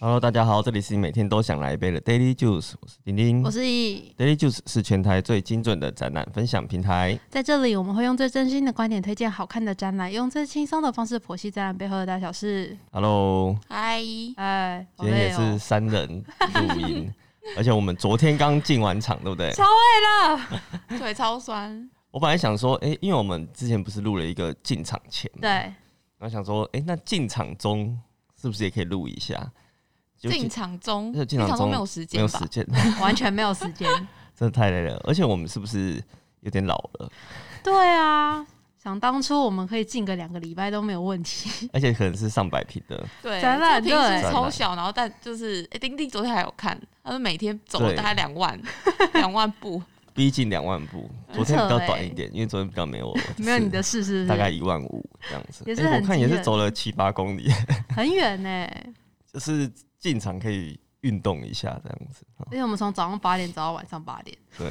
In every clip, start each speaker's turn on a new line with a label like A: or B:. A: Hello，大家好，这里是每天都想来一杯的 Daily Juice，我是丁丁，
B: 我是易，
A: Daily Juice 是全台最精准的展览分享平台。
B: 在这里我们会用最真心的观点推荐好看的展览，用最轻松的方式剖析展览背后的大小事。
A: Hello，
C: 嗨，
B: 哎，好
A: 今天也
B: 累哦
A: 是三人录 音，而且我们昨天刚进完场，对不对？
B: 超累了。
C: 腿超酸，
A: 我本来想说，哎、因为我们之前不是录了一个进场前，
B: 对，
A: 然后想说，哎、那进场中是不是也可以录一下？就
C: 进场中，
A: 而且进
C: 进
A: 场
C: 场
A: 中
C: 中没有时
A: 没有
C: 间
A: 时
C: 吧？
A: 间，
B: 完全没有时间。
A: 真的太累了，而且我们是不是有点老了？
B: 对啊，想当初我们可以进个两个礼拜都没有问题。
A: 而且可能是上百平的，
C: 对，
B: 展览
C: 这个
B: 对
C: 平数超小，然后但就是，哎、丁丁昨天还有看，他们每天走
A: 对
C: 了大概 两万两万步，
A: 逼近两万步。
B: 很
A: 昨天比较
B: 扯欸
A: 短一点，因为昨天比较没 有
B: 没有你的
A: 事
B: 事是不是？
A: 大概一万五这样子。
B: 也是
A: 诶
B: 很
A: 我看也
B: 惊
A: 是
B: 人
A: 走了七八公里，
B: 很远呢、
A: 就是进场可以运动一下这样子。哦
B: 而且我们从早上八点走到晚上八点。
A: 对，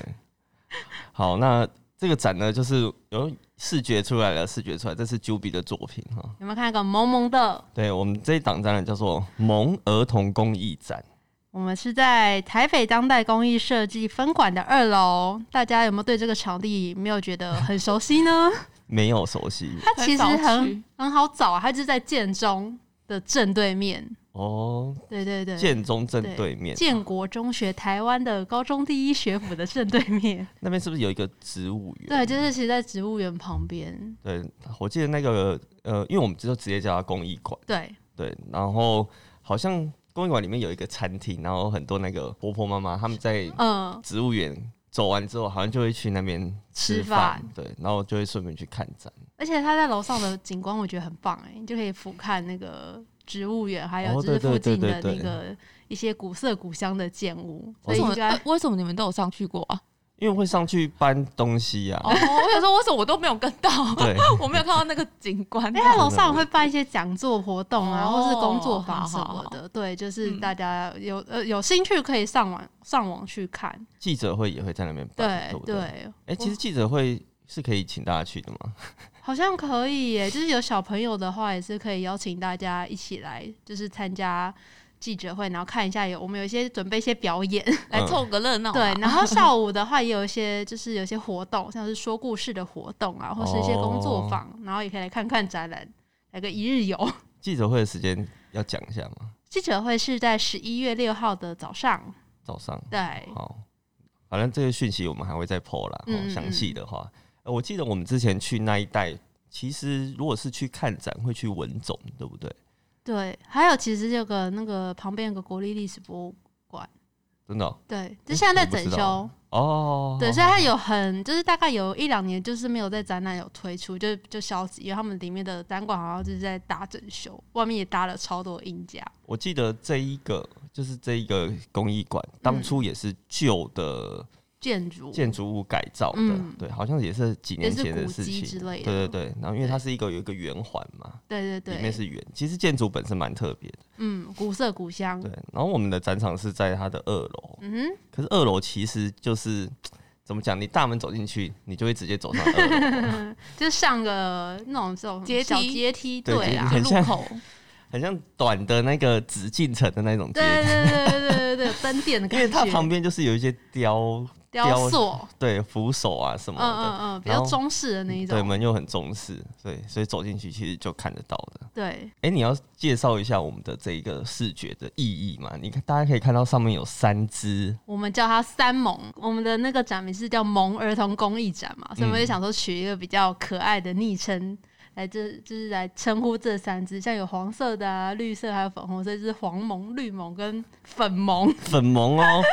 A: 好，那这个展呢，就是有视觉出来了，视觉出来，这是 Juby 的作品哈、
B: 有没有看到一个萌萌的？
A: 对我们这一档展览叫做“萌儿童公益展
B: 我们是在台北当代工艺设计分馆的二楼，大家有没有对这个场地没有觉得很熟悉呢？”，
A: 没有熟 悉
B: 它其实
C: 很少
B: 很
C: 去
B: 很好找啊，它就是在建中的正对面。
A: 哦。
B: 对对对，
A: 建中正对面
B: 建国中学台湾的高中第一学府的正对 面。
A: 那边是不是有一个植物园？
B: 对，就是其实，在植物园旁边。
A: 对，我记得那个呃，因为我们就直接叫它公益馆，
B: 对
A: 对，然后好像公益馆里面有一个餐厅，然后很多那个婆婆妈妈他们在
B: 嗯，
A: 植物园走完之后，好像就会去那边
B: 吃
A: 饭
B: 饭，
A: 对，然后就会顺便去看展，
B: 而且它在楼上的景观，我觉得很棒哎、你就可以俯瞰那个植物园，还有
A: 哦
B: 就是
A: 对对
B: 附近
A: 对
B: 的
A: 对哦
B: 那个一些古色古香的建物，所
C: 为
B: 以
C: 什么、
B: 应该
C: 呃为什么你们都有上去过 啊？
A: 因为会上去搬东西啊呀、
C: 哦，我想说为什么我都没有跟到，啊
A: 对，
C: 我没有看到那个景观啊
B: 哎、，他楼上会办一些讲座活动啊，
C: 嗯哦
B: 或是工作坊什
C: 好
B: 么
C: 好
B: 的。对，就是
C: 嗯
B: 大家有、呃有兴趣可以上网上网去看。
A: 记者会也会在那边办，对
B: 对
A: 不
B: 对，
A: 对？哎、其实记者会是可以请大家去的嘛？
B: 好像可以耶，就是有小朋友的话，也是可以邀请大家一起来，就是参加记者会，然后看一下有我们有一些准备一些表演。
C: 来
A: 嗯
C: 凑个热闹
B: 对
C: 啊。，
B: 然后下午的话也有一些就是有一些活动，像是说故事的活动啊，或是一些工
C: 哦
B: 作坊，然后也可以来看看展览，来个一日游。
A: 记者会的时间要讲一下嘛，
B: 记者会是在十一月六号的早上，
A: 早上。
B: 对，
A: 好，反正这个讯息我们还会再 PO 啦。
B: 嗯
A: 哦
B: 嗯
A: 详细的话、呃我记得我们之前去那一带，其实如果是去看展，会去文总，对不对？
B: 对，还有其实有个那个旁边有个国立历史博物，
A: 真的哦
B: 对，就现在在
A: 我不
B: 整
A: 知
B: 修
A: 道，哦，
B: 对，所以它有很就是大概有一两年就是没有在展览有推出，就就消极，因为他们里面的展馆好像就是在搭整修，外面也搭了超多硬架，
A: 我记得这一个就是这一个公益馆，
B: 嗯
A: 当初也是旧的
B: 建筑
A: 建筑物改造的，
B: 嗯
A: 对，好像也是几年前
B: 也是古
A: 事
B: 迹
A: 情
B: 之类的
A: 对对对，然后因为它是一个有一个圆环嘛，
B: 对对
A: 里面
B: 对，
A: 是圆，其实建筑本身蛮特别的，
B: 嗯，古色古香
A: 对，。然后我们的展场是在它的二楼，
B: 嗯
A: 可是二楼其实就是怎么讲？你大门走进去，你就会直接走上二楼，
B: 哼，就上个那种这种
C: 阶梯
B: 小阶梯，
A: 对
B: 对
A: 阶
B: 啊，
A: 梯很
C: 路
A: 像
C: 口，
A: 很像短的那个紫禁城的那种
B: 对
A: 街道，
B: 对对对对对对， 有灯点的
A: 因
B: 感
A: 为它旁
B: 觉，
A: 边就是有一些雕，雕
B: 雕塑，
A: 对扶手啊什
B: 嗯
A: 么的，
B: 嗯嗯，比较
A: 然后
B: 中式的那一
A: 对
B: 种，
A: 门又很中式，对，所以走进去其实就看得到的。
B: 对，
A: 哎、你要介绍一下我们的这一个视觉的意义嘛？你看，大家可以看到上面有三只，
B: 我们叫它三萌，我们的那个展名是叫“萌儿童公益展”嘛，所以我们就想说取一个比较可爱的昵称来这，就是来称呼这三只，像有黄色的啊、绿色还有粉红色，就是黄萌、绿萌跟粉萌，
A: 粉萌哦，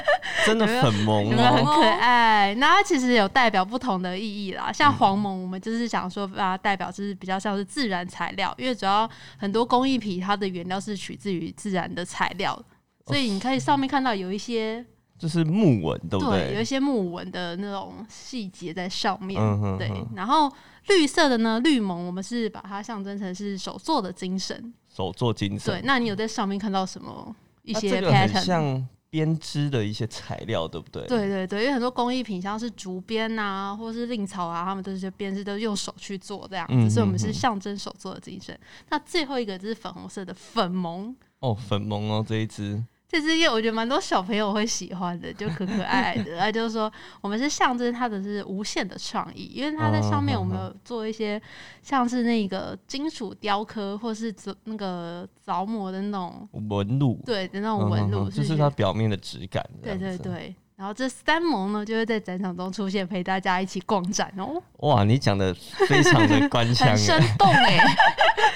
A: 真的粉萌
B: 有没有很
A: 哦，
B: 可爱？那它其实有代表不同的意义啦，像黄萌，我们就是想说把它代表就是比较像是自然材料，因为主要很多工艺品它的原料是取自于自然的材料，所以你可以上面看到有一些
A: 就是木纹，对不
B: 有一
A: 对？
B: 些木纹的那种细节在上面。
A: 嗯哼
B: 对
A: 哼，
B: 然后绿色的呢，绿盟我们是把它象征成是手作的精神。
A: 手做精神，
B: 对，那你有在上面看到什么一
A: 那
B: 些
A: 这个很
B: pattern？、
A: 像编织的一些材料，对不对？
B: 对对对，因为很多工艺品像是竹编啊，或是蔺草啊，他们都是编织都是用手去做这样子，
A: 嗯
B: 所以我们
A: 嗯
B: 是
A: 嗯
B: 象征手作的精神。那最后一个就是粉红色的粉萌，
A: 哦，粉萌哦，这一只
B: 这只叶我觉得蛮多小朋友会喜欢的，就可可爱爱的。 它就是说，我们是象征它的是无限的创意，因为它在上面
A: 哦
B: 我们有做一些像是那个金属雕刻或是凿那个凿磨的那种
A: 纹路，
B: 对的那
A: 嗯，
B: 种纹
A: 嗯
B: 路，
A: 嗯就是
B: 去
A: 它表面的质感。
B: 对对，对。然后这三萌呢，就会在展场中出现，陪大家一起逛展哦，
A: 哇，你讲的非常的官腔
B: 很生
A: 哎，
B: 动 哎、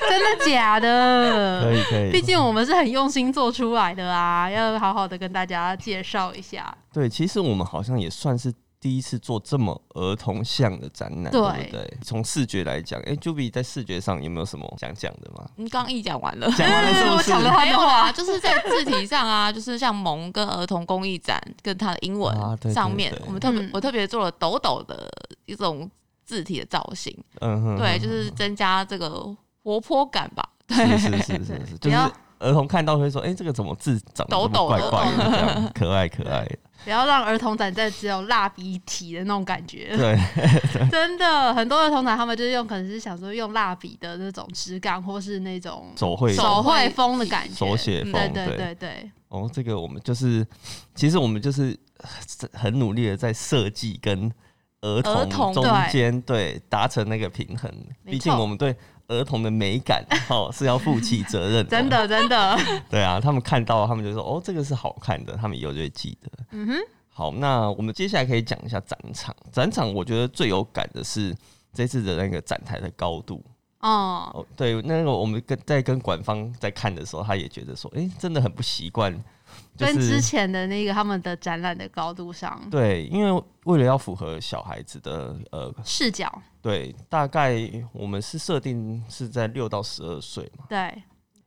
B: 真的假
A: 欸
B: 的
A: 可？以可
B: 毕
A: 以。
B: 竟我们是很用心做出来的啊，要好好的跟大家介绍一下。
A: 对，其实我们好像也算是。第一次做这么儿童向的展览，
B: 对
A: 对不对？从视觉来讲，哎，Juby 在视觉上有没有什么想讲的吗？
C: 你刚一讲完了。
A: 讲完了是
B: 我
A: 不
B: 抢
A: 是
B: 了？他
C: 没
B: 的
C: 有
B: 话，
C: 啊，就是在字体上啊， 就是像萌跟儿童公益展跟它的英文
A: 啊对对
C: 上面，
A: 对
C: 我们特别、
B: 嗯
C: 我特别做了抖抖的一种字体的造型，
A: 嗯哼，
C: 对，就是增加这个活泼感吧。
A: 是是是是是，
B: 不
A: 就是
B: 要
A: 儿童看到会说，哎、这个怎么字长得这么
C: 抖抖
A: 怪
C: 抖
A: 怪的，这样可爱可 爱的，
B: 不要让儿童展在只有蜡笔体的那种感觉。
A: 对，
B: 真的，很多儿童展他们就是用，可能是想说用蜡笔的那种质感，或是那种
A: 手绘
B: 手
A: 手
B: 绘风的感觉。
A: 手写风，
B: 嗯对对对对，
A: 哦，这个我们就是，其实我们就是呃很努力的在设计跟儿
C: 儿
A: 童
C: 童
A: 中
B: 对
A: 间对达成那个平衡，
B: 没
A: 毕竟
B: 错
A: 我们对儿童的美感哦是要负起责任的，
B: 真，的真 的，
A: 对啊，他们看到他们就说，哦，这个是好看的，他们以后就会记得。
B: 嗯哼，
A: 好，那我们接下来可以讲一下展场。展场我觉得最有感的是这次的那个展台的高度。
B: 哦，
A: 哦，对，那个我们跟在跟馆方在看的时候，他也觉得说，哎、真的很不习惯，就
B: 跟之
A: 是
B: 前的那个他们的展览的高度上
A: 对，因为为了要符合小孩子的呃，
B: 视角，
A: 对，大概我们是设定是在六到十二岁嘛。
B: 对，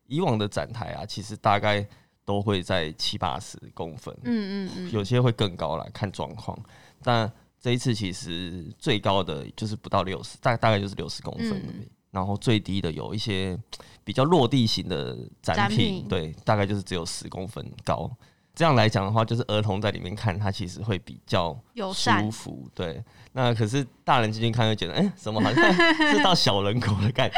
A: 以往的展台啊，其实大概都会在七八十公分，
B: 嗯嗯嗯，
A: 有些会更高啦，看状况。但这一次其实最高的就是不到六十，大大概就是六十公分
B: 嗯
A: 而已。然后最低的有一些比较落地型的展
B: 展
A: 品，
B: 品
A: 对，大概就是只有十公分高。这样来讲的话，就是儿童在里面看，它其实会比较
B: 友善
A: 舒，服。对，那可是大人进去看会觉得，哎、怎么好像 是到小人国的感觉？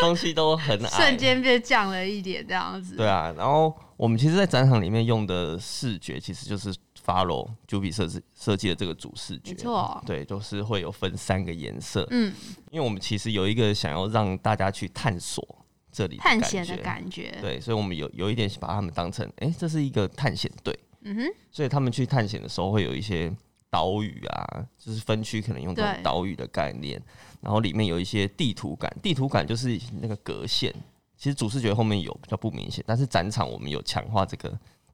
A: 东西都很矮，
B: 瞬间变降了一点这样子。
A: 对啊，然后我们其实，在展场里面用的视觉，其实就是 follow Juby 设计设计的这个主视觉，
B: 没错
A: 对，就是会有分三个颜色，
B: 嗯，
A: 因为我们其实有一个想要让大家去探索这里
B: 探险的
A: 感
B: 感觉
A: 觉，，对，所以我们有有一点把他们当成，哎、这是一个探险队，
B: 嗯哼，
A: 所以他们去探险的时候会有一些岛屿啊，就是分区可能用到
B: 对
A: 岛屿的概念，然后里面有一些地图感，地图感就是那个格线，其实主视觉后面有比较不明显，但是展场我们有强化这个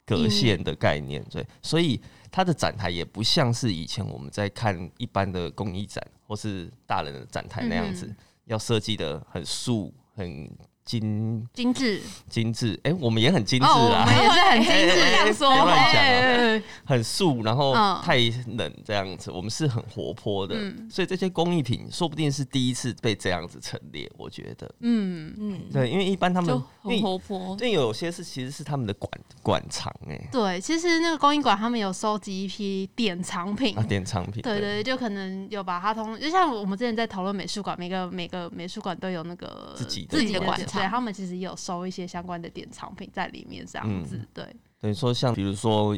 A: 格
B: 嗯
A: 线的概念，对，所以它的展台也不像是以前我们在看一般的公益展或是大人的展台那样子，
B: 嗯
A: 要设计的很素很。精
B: 精致，
A: 精致，哎、我们也很精致
B: 哦，
A: 啊
B: 我，们也是很精
A: 哎哎
B: 致，
A: 哎
B: 这样说
A: 不要乱讲啊
B: 哎
A: 很素，然后
B: 嗯
A: 太冷这样子，我们是很活泼的，所以这些工艺品说不定是第一次被这样子陈列，我觉得，
B: 嗯，
C: 嗯，
A: 对，因为一般他们
C: 就
A: 因为
C: 很活泼。
A: 因为有些是其实是他们的馆馆藏哎
B: 对，其实那个工艺馆他们有收集一批典藏品。
A: 啊典藏品，
B: 对对，就可能有把它通，就像我们之前在讨论美术馆，每个每个美术馆都有那个
A: 自己的
B: 自己
C: 馆
B: 典
C: 藏
B: 对他们其实也有收一些相关的典藏品在里面，这样
A: 嗯
B: 子，对，
A: 等于说像比如说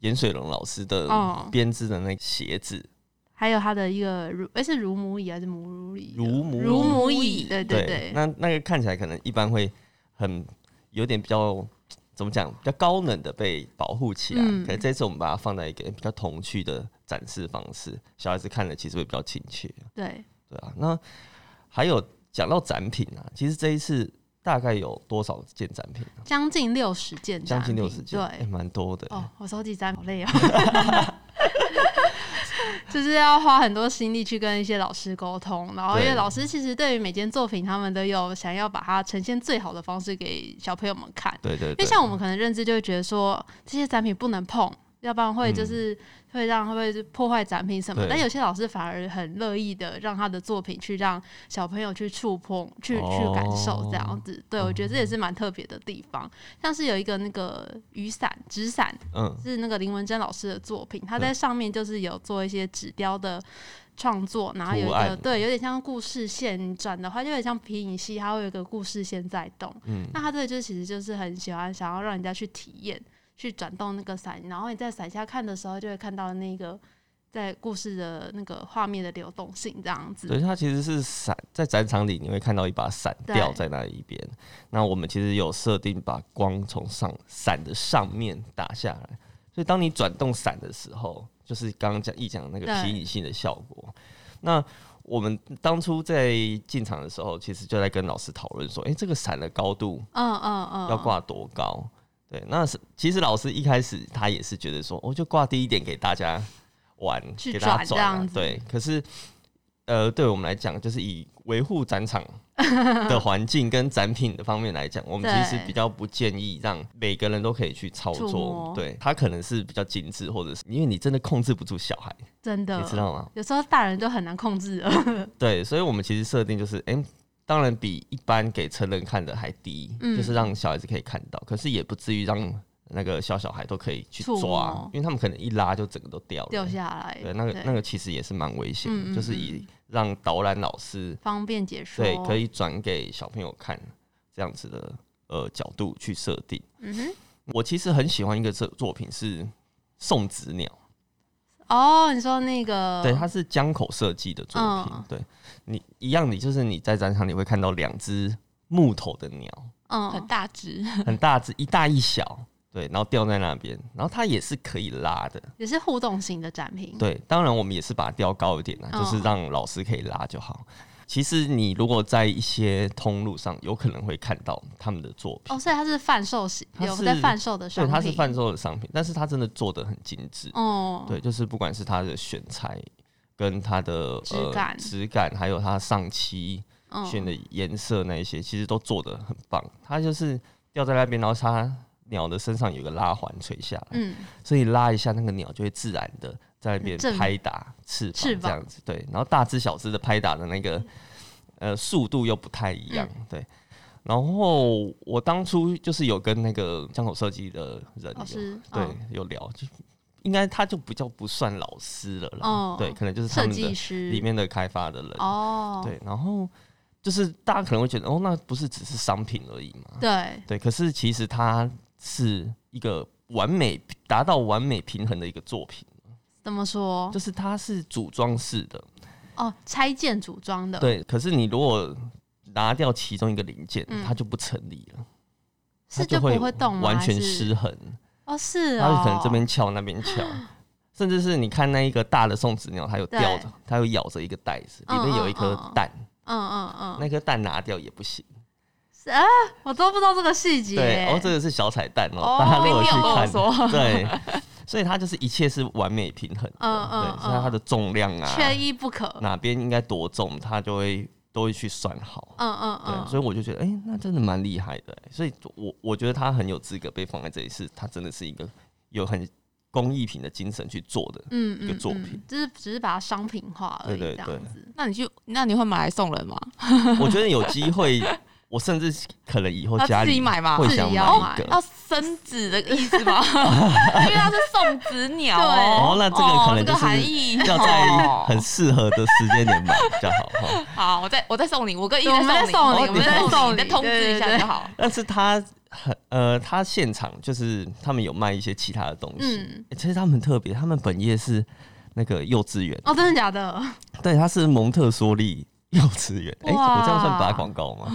A: 严水龙老师的
B: 哦
A: 编织的那个鞋子，
B: 还有它的一个乳，哎、是乳母椅还是母乳椅？啊
A: 乳母椅
B: 乳母椅，对对对，
A: 那那个看起来可能一般会很有点比较怎么讲，比较高冷的被保护起来。
B: 嗯
A: 可是这次我们把它放在一个比较童趣的展示方式，小孩子看了其实会比较亲切，
B: 对，
A: 对啊。那还有讲到展品啊，其实这一次大概有多少件展品啊？
B: 将近六十件
A: 将
B: 展品，
A: 近六十件，
B: 对，
A: 诶蛮、多的、
B: 哦，我收集展好累哦， 就是要花很多心力去跟一些老师沟通，然后因
A: 对
B: 为老师其实对于每件作品，他们都有想要把它呈现最好的方式给小朋友们看。
A: 对对
B: 因为
A: 对，
B: 像我们可能认知就会觉得说这些展品不能碰，要不然会就是会让会不会是破坏展品什么
A: 对。
B: 但有些老师反而很乐意的让他的作品去让小朋友去触碰、去
A: 哦
B: 去感受这样子。对我觉得这也是蛮特别的地方。像是有一个那个雨伞、纸伞，
A: 嗯，
B: 是那个林文珍老师的作品，他在上面就是有做一些纸雕的创作，然后有一
A: 图
B: 个
A: 案
B: 对，有点像故事线你转的话，就有点像皮影戏，它会有一个故事线在动。
A: 嗯
B: 那他这个就是其实就是很喜欢想要让人家去体验，去转动那个伞，然后你在伞下看的时候，就会看到那个在故事的那个画面的流动性这样子。
A: 对，它其实是伞，在展场里你会看到一把伞
B: 对
A: 吊在那一边。那我们其实有设定把光从上伞的上面打下来，所以当你转动伞的时候，就是刚刚讲一讲那个
B: 对
A: 皮影戏的效果。那我们当初在进场的时候，其实就在跟老师讨论说，诶，这个伞的高度
B: 嗯嗯嗯，
A: 要挂多高？对，那是其实老师一开始他也是觉得说，我、哦就挂低一点给大家玩，
B: 去
A: 给大家
B: 转这
A: 转、啊
B: 样，子
A: 对。可是，呃，对我们来讲，就是以维护展 场的环境跟展品的方面来讲，我们其实
B: 对
A: 比较不建议让每个人都可以去操
B: 触
A: 作
B: 摸。
A: 对，他可能是比较精致，或者是因为你真的控制不住小孩，
B: 真的，
A: 你知道吗？
B: 有时候大人就很难控制了。
A: 对，所以我们其实设定就是，哎、当然比一般给成人看的还低，
B: 嗯
A: 就是让小孩子可以看到，可是也不至于让那个小小孩都可以去
B: 触
A: 抓
B: 摸，
A: 因为他们可能一拉就整个都掉了。
B: 掉下来，
A: 对，那个那个其实也是蛮危险的，
B: 嗯嗯
A: 就是以让导览老师
B: 方便解说，
A: 对可，以转给小朋友看这样子的呃角度去设定。
B: 嗯哼，
A: 我其实很喜欢一个作作品是送子鸟。
B: 哦，你说那个，
A: 对，它是江口设计的作品。
B: 嗯
A: 对你一样，你就是你在展场你会看到两只木头的鸟，
C: 很
B: 嗯，
C: 大只，
A: 很大只，一大一小，对，然后吊在那边，然后它也是可以拉的。
B: 也是互动型的展品，，
A: 对，当然我们也是把它吊高一点啦，就是
B: 嗯
A: 让老师可以拉就好。其实你如果在一些通路上，有可能会看到他们的作品，
B: 哦，所以它是贩售型，
A: 它
B: 有
A: 是
B: 在贩售的商
A: 对，
B: 品，
A: 它是贩售的商品，但是它真的做的很精致。
B: 哦，
A: 对，，就是不管是它的选材，跟它的呃
B: 质感
A: 质感，还有它上漆，
B: 嗯
A: 选的颜色那一些，其实都做的很棒。它就是吊在那边，然后它鸟的身上有个拉环垂下来，
B: 嗯，
A: 所以拉一下那个鸟就会自然的在那边
B: 正
A: 拍打翅
B: 翅
A: 膀这
B: 膀
A: 样子。对，然后大只小只的拍打的那个呃速度又不太一样，
B: 嗯
A: 对。然后我当初就是有跟那个江口设计的人
B: 老
A: 有
B: 师
A: 对、
B: 嗯
A: 有聊，就应该他就比较不算老师了啦，
B: 哦
A: 对，可能就是他
B: 设
A: 们的
B: 计师
A: 里面的开发的人，
B: 哦，
A: 对，然后就是大家可能会觉得，哦，那不是只是商品而已嘛？
B: 对，
A: 对，可是其实它是一个完美达到完美平衡的一个作品，
B: 怎么说？
A: 就是它是组装式的，
B: 哦，拆件组装的，，
A: 对。可是你如果拿掉其中一个零件，
B: 嗯
A: 它就不成立了，它
B: 是就不
A: 会
B: 会动吗？
A: 完全
B: 还是
A: 失衡，
B: 哦，是
A: 它
B: 哦，
A: 可能这边翘那边 翘。甚至是你看那一个大的送子鸟，它有
B: 对
A: 吊着，它有咬着一个袋子，里
B: 嗯
A: 面有
B: 嗯
A: 一颗
B: 嗯
A: 蛋，
B: 嗯嗯嗯，
A: 那颗蛋拿掉也不行。
B: 我都不知道这个细节，
A: 对，哦，这个是小彩蛋哦，
B: 哦
A: 大家都有去
C: 并没有跟
A: 看
C: 我。说
A: 对，所以它就是一切是完美平衡的，
B: 嗯嗯
A: 对，所以它
B: 嗯
A: 的重量啊，
B: 缺一不可，嗯
A: 哪边应该多重，它就会都会去算好。
B: 嗯
A: 对，
B: 嗯，
A: 所以我就觉得，哎、那真的蛮厉害的、欸所以我我觉得他很有资格被放在这里，是他真的是一个有很工艺品的精神去做的。
B: 嗯
A: 一个
B: 嗯
A: 作
B: 嗯
A: 品
B: 就是只是把它商品化而已，
A: 对对
B: 这样
A: 对
B: 子。
C: 那你去，那你会买来送人吗？
A: 我觉得有机会，我甚至可能以后
C: 他
A: 家
C: 自己
A: 里
C: 买哦吗？
A: 会
B: 自己
A: 想
B: 要
A: 买一个。
B: 买
C: 要生子的意思吗？ 因为它是送子鸟
A: 哦
C: 哦，
A: 那这个可能
C: 哦这
A: 就
C: 个
A: 是
C: 含义
A: 要在很
C: 哦
A: 适合的时间点买比较好哈。
C: 好，我再我再送你，我跟一
B: 对我们
C: 再
B: 再送
C: 你，
B: 你
C: 我们再
B: 我们再
C: 送
B: 送
C: 你，再
B: 你
C: 通知一
B: 对对
C: 下
B: 对
C: 就好。
A: 但是他很呃，他现场就是他们有卖一些其他的东西，
B: 嗯
A: 欸其实他们很特别，他们本业是那个幼稚园，
B: 哦，真的假的？
A: 对，他是蒙特梭利幼稚园，哎、
B: 哇
A: 我这样算打广告吗？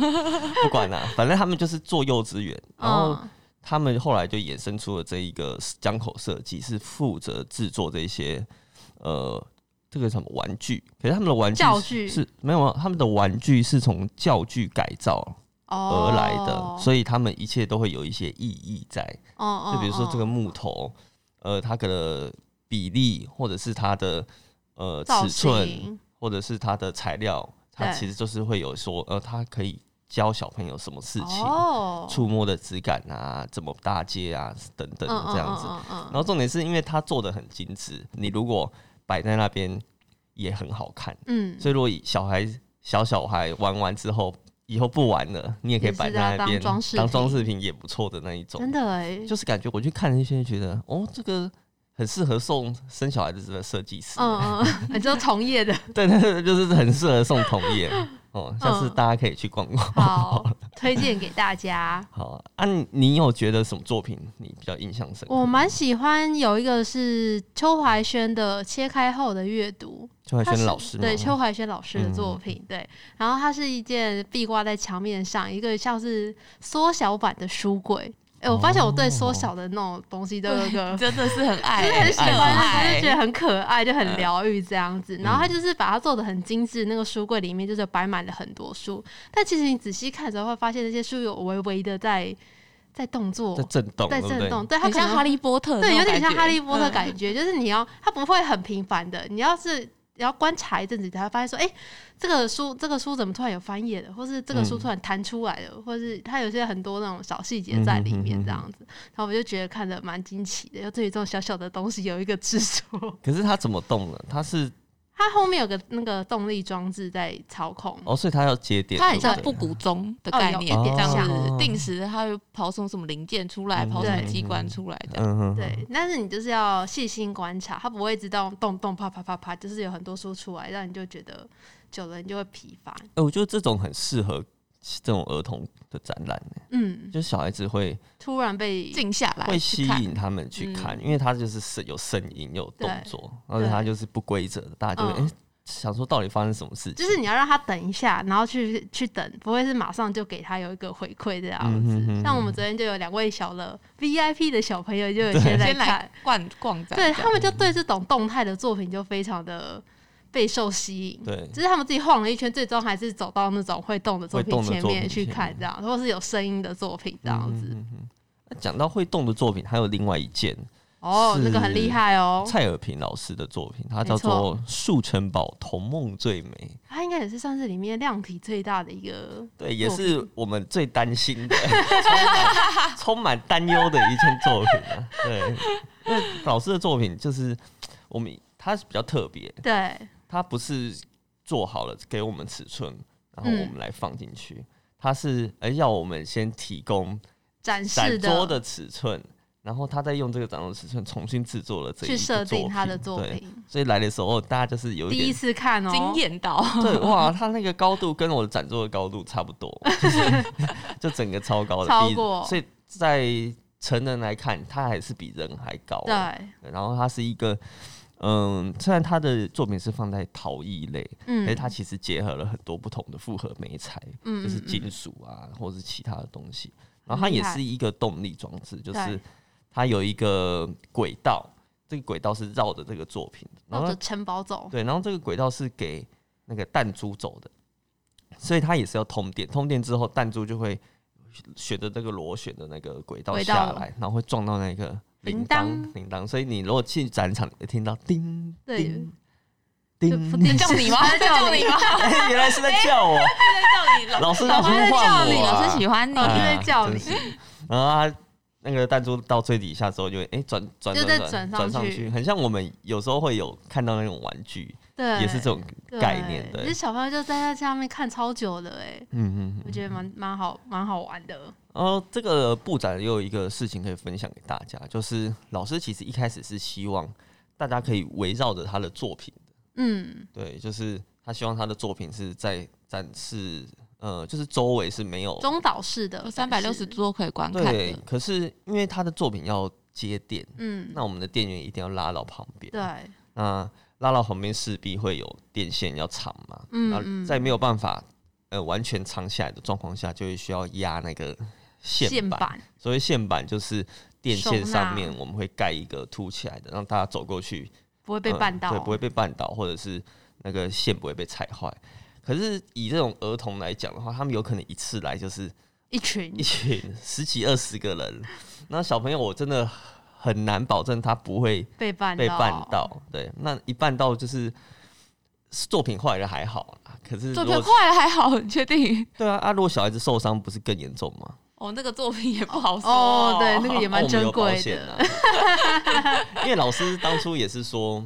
A: 不管啦、反正他们就是做幼稚园，然后
B: 嗯
A: 他们后来就衍生出了这一个江口设计，是负责制作这些呃。这个什么玩具？可是他们的玩具
B: 教
A: 是
B: 具
A: 是没有啊，他们的玩具是从教具改造
B: 哦
A: 而来的，所以他们一切都会有一些意义在。
B: 哦
A: 就比如说这个
B: 哦
A: 木头，呃，它的比例，或者是它的呃
B: 造
A: 尺寸，
B: 型
A: 或者是它的材料，它
B: 对
A: 其实就是会有说，呃，它可以教小朋友什么事情，
B: 哦，
A: 触摸的质感啊，怎么搭接啊，等等
B: 嗯
A: 这样子。
B: 嗯嗯
A: 然
B: 嗯
A: 后重点是因为它做的很精致，你如果摆在那边也很好看，
B: 嗯，
A: 所以如果以小孩小小孩玩完之后。以后不玩了，你也可以
B: 也是
A: 摆
B: 要
A: 在那
B: 当
A: 边
B: 装饰
A: 当装
B: 品
A: 饰品，也不错的那一种。
B: 真的哎，
A: 就是感觉我去看那些人觉得，哦，这个很适合送生小孩子的设计师。
B: 嗯嗯，你就从业的，
A: 对对对，就是很适合送同业。 哦，下
B: 嗯
A: 次大家可以去逛逛。
B: 好，推荐给大家。
A: 好啊，你你有觉得什么作品你比较印象深刻？
B: 我蛮喜欢有一个是邱怀轩的《切开后的阅读》，
A: 邱海
B: 他是
A: 轩老师吗
B: 对邱怀轩老师的
A: 嗯
B: 作品，对。然后它是一件壁挂在墙面上，一个像是缩小版的书柜。哎、我发现我对缩
A: 哦
B: 小的那种东西都有一个
C: 真的是很爱、
B: 就是很喜欢，就是觉
C: 爱
B: 得很可爱，就很疗愈这样子。然后他就是把它做的很精致，那个书柜里面就是摆满了很多书，但其实你仔细看的时候会发现那些书有微微的在在动作
A: 在，震动，
B: 在
A: 对不
B: 震
A: 对？
B: 动，对，它
C: 很
B: 可
C: 像
B: 能
C: 哈利波特那种
B: 对，有
C: 感觉，
B: 点像哈利波特
C: 嗯
B: 感觉，就是你要它不会很频繁的，你要是你要观察一阵子，才会发现说，哎、这个书这个书怎么突然有翻页了，或是这个书
A: 嗯
B: 突然弹出来了，或是它有些很多那种小细节在里面
A: 嗯哼哼哼
B: 这样子，然后我就觉得看的蛮惊奇的，就对于这种小小的东西有一个执着。
A: 可是它怎么动呢？它是
B: 它后面有个那个动力装置在操控，
A: 哦，所以它要接电，
C: 它很像
A: 对
C: 布
A: 不对
C: 谷钟的概念，
B: 哦哦
A: 有一
C: 这
A: 点
C: 样
A: 像
C: 子定时它会跑送什么零件出来，
A: 嗯
C: 跑什么
B: 对
C: 机关出来的。
A: 嗯哼，
B: 对，但是你就是要细心观察，它不会自动动动啪啪啪啪，就是有很多书出来，让你就觉得久了你就会疲乏。
A: 哎，我觉得这种很适合这种儿童的展览，
B: 嗯，
A: 就小孩子会
B: 突然被
C: 静下来
A: 会
C: 去
A: 吸
C: 看，
A: 引他们去看，
C: 嗯
A: 因为它就是声有声音有动作，而且它就是不规则的，大家就会哎、
B: 嗯
A: 诶想说到底发生什么事情，
B: 就是你要让他等一下，然后去去等，不会是马上就给他有一个回馈这样
A: 嗯
B: 子。
A: 哼哼
B: 像我们昨天就有两位小了 VIP 的小朋友，就有
A: 对
B: 些在
C: 先来
B: 看，
C: 逛逛展，
B: 对他们就对这种动态的作品就非常的备受吸引。
A: 对
B: 就是他们自己晃了一圈，最终还是走到那种会动的作
A: 会
B: 品
A: 动的
B: 前
A: 作品
B: 面去看，这样，或是有声音的作品这样子。
A: 嗯哼那讲到会动的作品，还有另外一件
B: 哦，
A: 是
B: 那个很厉害哦，
A: 蔡尔平老师的作品，它
B: 没
A: 叫
B: 错
A: 做《树城堡童梦最美》。
B: 他应该也是算是里面量体最大的一个
A: 对，也
B: 作品
A: 是我们最担心的， 充满充满担忧的一件作品啊。对，因为老师的作品就是我们，它是比较特别，
B: 对，
A: 它不是做好了给我们尺寸，然后我
B: 嗯
A: 们来放进去，它是哎要我们先提供
B: 展示
A: 展
B: 的
A: 桌的尺寸，然后他再用这个展桌尺寸重新制作了这一
B: 去
A: 个
B: 设定
A: 作
B: 他的
A: 品
B: 作
A: 对
B: 品。
A: 所以来的时候，大家就是有一
B: 第一
A: 点
B: 次看哦，
C: 惊艳 到。
A: 对哇，它那个高度跟我的展桌的高度差不多，就是 就整个超高的，
B: 超
A: 比
B: 过
A: 所以在成人来看，它还是比人还高。哦
B: 对，
A: 对，然后它是一个，嗯，虽然他的作品是放在陶艺类，可是
B: 嗯
A: 它其实结合了很多不同的复合媒材，
B: 嗯
A: 就是
B: 嗯嗯
A: 金属啊，或者是其他的东西。然
B: 很
A: 后它
B: 厉
A: 也
B: 害
A: 是一个动力装置，就是
B: 对
A: 它有一个轨道，这个轨道是绕着这个作品的，然
B: 绕
A: 后
B: 着城堡走，
A: 对，然后这个轨道是给那个弹珠走的，所以它也是要通电。通电之后，弹珠就会选择这个螺旋的那个轨道
B: 轨
A: 下
B: 道
A: 来，然后会撞到那个铃
B: 铃
A: 铛铃铛。所以你如果去展场，会听到叮
B: 对
A: 叮
B: 就
A: 叮
B: 不，定
C: 叫你吗？
B: 在叫
C: 叫
B: 你
C: 你吗？
A: 哎原来是在叫我，
C: 在叫你
A: 老师
B: 老
A: 老
B: 师
A: 师
B: 在
A: 唤
B: 叫 你
A: 我啊，
C: 老师喜欢你，
B: 老师
A: 哎
B: 在
A: 呀
B: 叫
A: 真
B: 你
A: 是然后他那个弹珠到最底下之后就会，哎转转
B: 就
A: 转
B: 再
A: 转
B: 转上
A: 上
B: 去
A: 去，很像我们有时候会有看到那种玩具，
B: 对，
A: 也是这种
B: 对
A: 概念的。
B: 这小朋友就在那下面看超久了，哎，
A: 嗯嗯
B: 我觉得蛮蛮好，蛮好玩的。
A: 然后哦这个布展也有一个事情可以分享给大家，就是老师其实一开始是希望大家可以围绕着他的作品，
B: 嗯，
A: 对，就是他希望他的作品是在展示，呃，就是周围是没有
B: 中岛式的
A: 哦
C: 三百六十，
B: 展示
C: 桌可以观看
A: 对
C: 的，，
A: 可是因为他的作品要接电，
B: 嗯，
A: 那我们的电源一定要拉到旁边，
B: 对，
A: 那拉到旁边势必会有电线要长嘛，
B: 嗯
A: 那
B: 嗯
A: 在没有办法呃完全长下来的状况下，就会需要压那个线
B: 线
A: 板。
B: 板，
A: 所谓线板就是电线上面
B: 收
A: 我们会盖一个凸起来的，让大家走过去
B: 不会被
A: 嗯
B: 绊到，哦
A: 对，不会被绊倒，或者是那个线不会被踩坏。可是以这种儿童来讲的话，他们有可能一次来就是
B: 一群
A: 一群 十几二十个人，那小朋友我真的很难保证他不会
B: 被绊
A: 被绊，到。对，那一绊到就是作品坏了还好啦，可是
C: 作
A: 如
C: 品
A: 果
C: 坏了还好，你确定？
A: 对啊啊，如果小孩子受伤不是更严重吗？
C: 哦，那个作品也不好说
B: 哦，对，那
A: 那
B: 个也蛮珍贵
A: 啊
B: 的，
A: 因为老师当初也是说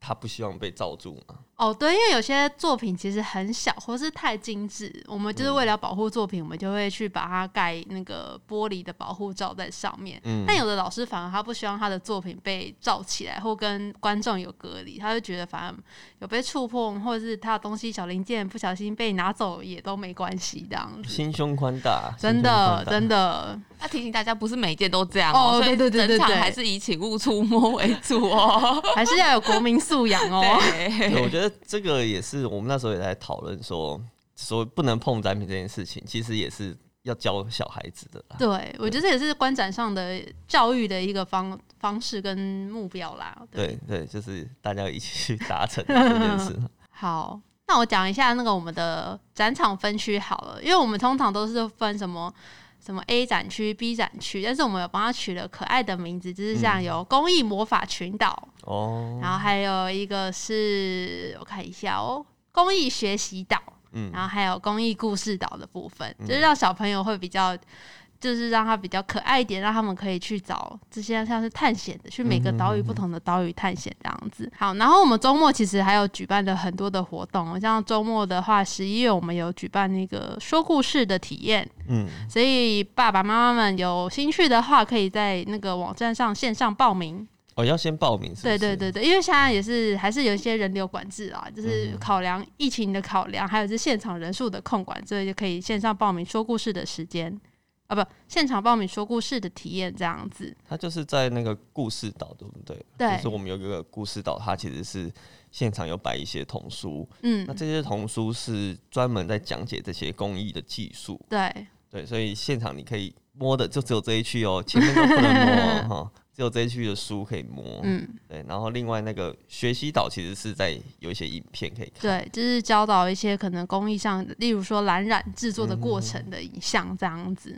A: 他不希望被罩住嘛，
B: 哦，对，因为有些作品其实很小，或是太精致，我们就是
A: 嗯
B: 为了保护作品，我们就会去把它盖那个玻璃的保护罩在上面。
A: 嗯
B: 但有的老师反而他不希望他的作品被罩起来，或跟观众有隔离，他就觉得反而有被触碰，或者是他的东西小零件不小心被拿走也都没关系，这样子。
A: 心胸宽大，
B: 真的，
A: 的，
B: 真的，
C: 那提醒大家，不是每一件都这样
B: 哦
C: 哦，
B: 对对对对
C: 所
B: 对
C: 以整场还是以请勿触摸为主哦。
B: 还是要有国民素养哦。
A: 对我
C: 对，
A: 觉得这个也是我们那时候也在讨论说，说不能碰展品这件事情，其实也是要教小孩子的啦。
B: 对，我觉得这也是观展上的教育的一个方方式跟目标啦。对，
A: 对对，就是大家一起去达成这件 事。
B: 好，那我讲一下那个我们的展场分区好了，因为我们通常都是分什么。什么 A 展区、B 展区，但是我们有帮它取了可爱的名字，就是像有公益魔法群岛，
A: 哦，
B: 然后还有一个是我看一下哦，公益学习岛，
A: 嗯
B: 然后还有公益故事岛的部分，
A: 嗯
B: 就是让小朋友会比较，就是让他比较可爱一点，让他们可以去找这些像是探险的，去每个岛屿不同的岛屿探险这样
A: 嗯
B: 子。好，然后我们周末其实还有举办了很多的活动，像周末的话，十一月我们有举办那个说故事的体验，
A: 嗯，
B: 所以爸爸妈妈们有兴趣的话，可以在那个网站上线上报名。
A: 哦，要先报名是不
B: 对
A: 是？
B: 对对对，因为现在也是还是有一些人流管制啊，
A: 嗯
B: 就是考量疫情的考量，还有是现场人数的控管，所以就可以线上报名说故事的时间啊，不，现场报名说故事的体验这样子。
A: 它就是在那个故事岛，对不对？
B: 对
A: 就是我们有一个故事岛，它其实是现场有摆一些童书，
B: 嗯
A: 那，这些童书是专门在讲解这些工艺的技术，
B: 对
A: 对，所以现场你可以摸的就只有这一区哦，前面都不能摸哦 哈、只有这一区的书可以摸。
B: 嗯，
A: 对，然后另外那个学习岛其实是在有一些影片可以看。
B: 对，就是教导一些可能工艺上，例如说蓝染制作
A: 嗯
B: 的过程的影像这样子。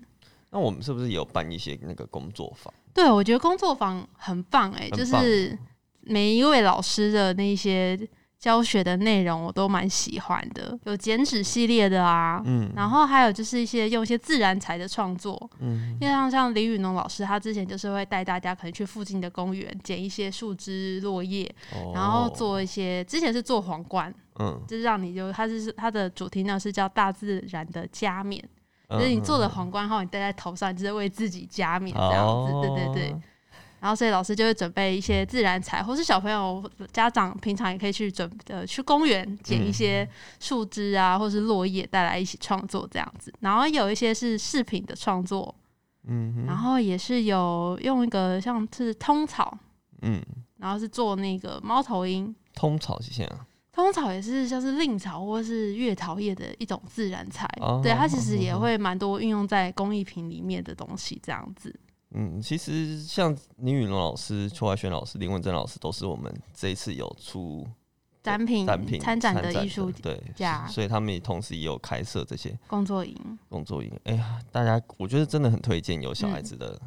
A: 那我们是不是有办一些那个工作坊？
B: 对，我觉得工作坊很棒哎、
A: 很
B: 就
A: 棒
B: 是每一位老师的那些教学的内容，我都蛮喜欢的，有剪纸系列的啊，
A: 嗯
B: 然后还有就是一些用一些自然材的创作，
A: 嗯，
B: 因为像像林雨农老师，他之前就是会带大家可能去附近的公园捡一些树枝、落叶，
A: 哦
B: 然后做一些，之前是做皇冠，
A: 嗯，
B: 就是让你就它是它的主题呢是叫大自然的加冕，
A: 嗯
B: 就是你
A: 嗯
B: 做了皇冠后，你戴在头上，你就是为自己加冕这样子，对对对
A: 哦。
B: 然后，所以老师就会准备一些
A: 嗯
B: 自然材，或是小朋友、家长平常也可以去准呃去公园捡
A: 嗯
B: 一些树枝啊，或是落叶带来一起创作这样子。然后有一些是饰品的创作，
A: 嗯哼
B: 然后也是有用一个像是通草，
A: 嗯，
B: 然后是做那个猫头鹰。
A: 通草是这样。
B: 通草也是像是蔺草或是月桃叶的一种自然材，
A: 哦
B: 对它其实也会蛮多运用在工艺品里面的东西这样子。
A: 嗯，其实像倪雨龙老师、邱怀轩老师、林文珍老师都是我们这一次有出
B: 展品
A: 展品
B: 嗯参展的艺术
A: 对
B: 家
A: 所以他们也同时也有开设这些
B: 工作营，
A: 工作营。哎呀，大家我觉得真的很推荐有小孩子
B: 嗯
A: 的、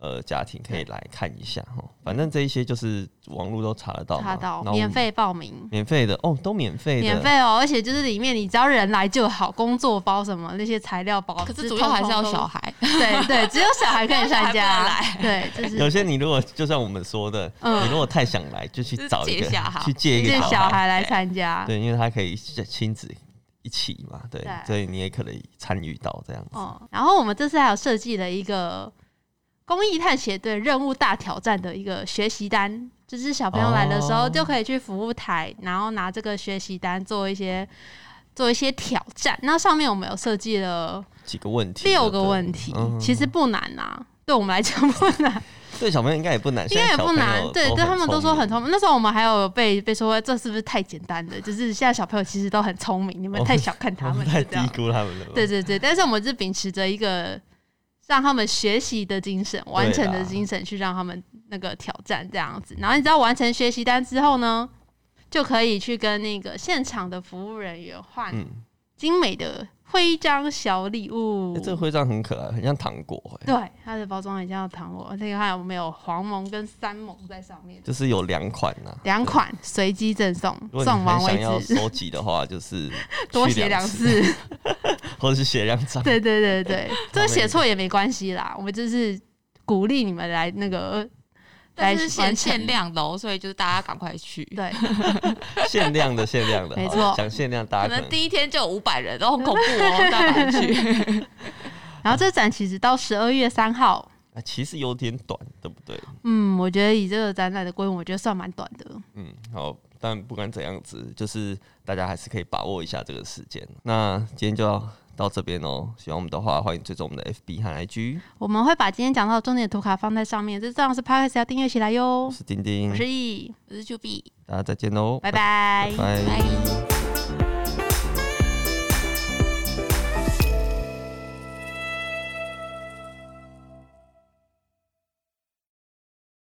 A: 呃家庭可以来看一下哈。反正这一些就是网络都查得到嘛，
B: 查到
A: 然后
B: 免费报名，
A: 免费的哦，都免费的，
B: 免费哦，而且就是里面你只要人来就好，工作包什么那些材料包，
C: 可
B: 就是
C: 主要还是要
B: 通通
C: 小
B: 都，
C: 孩，
B: 对对，只有小孩可 以参加，
C: 小孩
B: 对，就
A: 有
B: 是
A: 些你如果就像我们说的，
B: 嗯
A: 你如果太想来，就去
C: 就是
A: 找一
C: 借
A: 个
C: 小孩
A: 去借一个
B: 借
A: 小
B: 小孩来参加，
A: 对，因为他可以亲子一起嘛，对，
B: 对
A: 所以你也可能参与到这样子。
B: 哦，然后我们这次还有设计了一个公益探险队任务大挑战的一个学习单，就是小朋友来的时候
A: 哦
B: 就可以去服务台，然后拿这个学习单做一些做一些挑战。那上面我们有设计了
A: 几个问题，
B: 六
A: 对
B: 个
A: 不对
B: 问题，
A: 嗯
B: 其实不难啊。对我们来讲不难，
A: 对小朋友应该也不难，
B: 应该也
A: 现在小
B: 不
A: 朋友
B: 难。对，对他们都说很
A: 聪
B: 聪明。那时候我们还有被被说这是不是太简单了？就是现在小朋友其实都很聪明，你们
A: 我
B: 太小看
A: 明，
B: 他
A: 我
B: 们
A: 们
B: 了
A: 太
B: 这
A: 低
B: 样。
A: 估他们了吧。
B: 对对对，但是我们是秉持着一个让他们学习的精神、完成的精神去让他们那个挑战这样子。然后你知道完成学习单之后呢，就可以去跟那个现场的服务人员换
A: 嗯。
B: 精美的徽章小礼物。
A: 欸这个徽章很可爱，很像糖果、欸，
B: 对，它的包装很像糖果，这个还有没有黄蒙跟三蒙在上面？
A: 就是有两款呐、
B: 两款随机赠送，
A: 如果你
B: 送完
A: 很想要
B: 为止。
A: 收集的话，就是
B: 多
A: 去
B: 写两
A: 两，
B: 次，
A: 或者是写两张。
B: 对对 对对，这个写错也没关系啦，我们就是鼓励你们来那个来
C: 但是
B: 完
C: 限
B: 成
C: 限量的哦，所以就是大家赶快去。
B: 对，
A: 限量的，限量的，
B: 没
A: 好
B: 错
A: 讲限量，大
C: 可
A: 家可
C: 能
A: 能
C: 第一天就有五百人，都很 恐怖哦，大家 赶快去。
B: 然后这展其实到十二月三号，
A: 啊其实有点短，对不对？
B: 嗯，我觉得以这个展览的规模，我觉得算蛮短的。
A: 嗯，好，但不管怎样子，就是大家还是可以把握一下这个时间。那今天就要到这边哦，喜欢我们的话，欢迎追踪我们的 FB 和 IG。
B: 我们会把今天讲到的重点的图卡放在上面，这当然是 podcast 要订阅起来哟
A: 我。是丁丁
B: 我，是易，E，
C: 我是 Q B，
A: 大家再见喽，
B: 拜拜
A: 拜
C: 拜。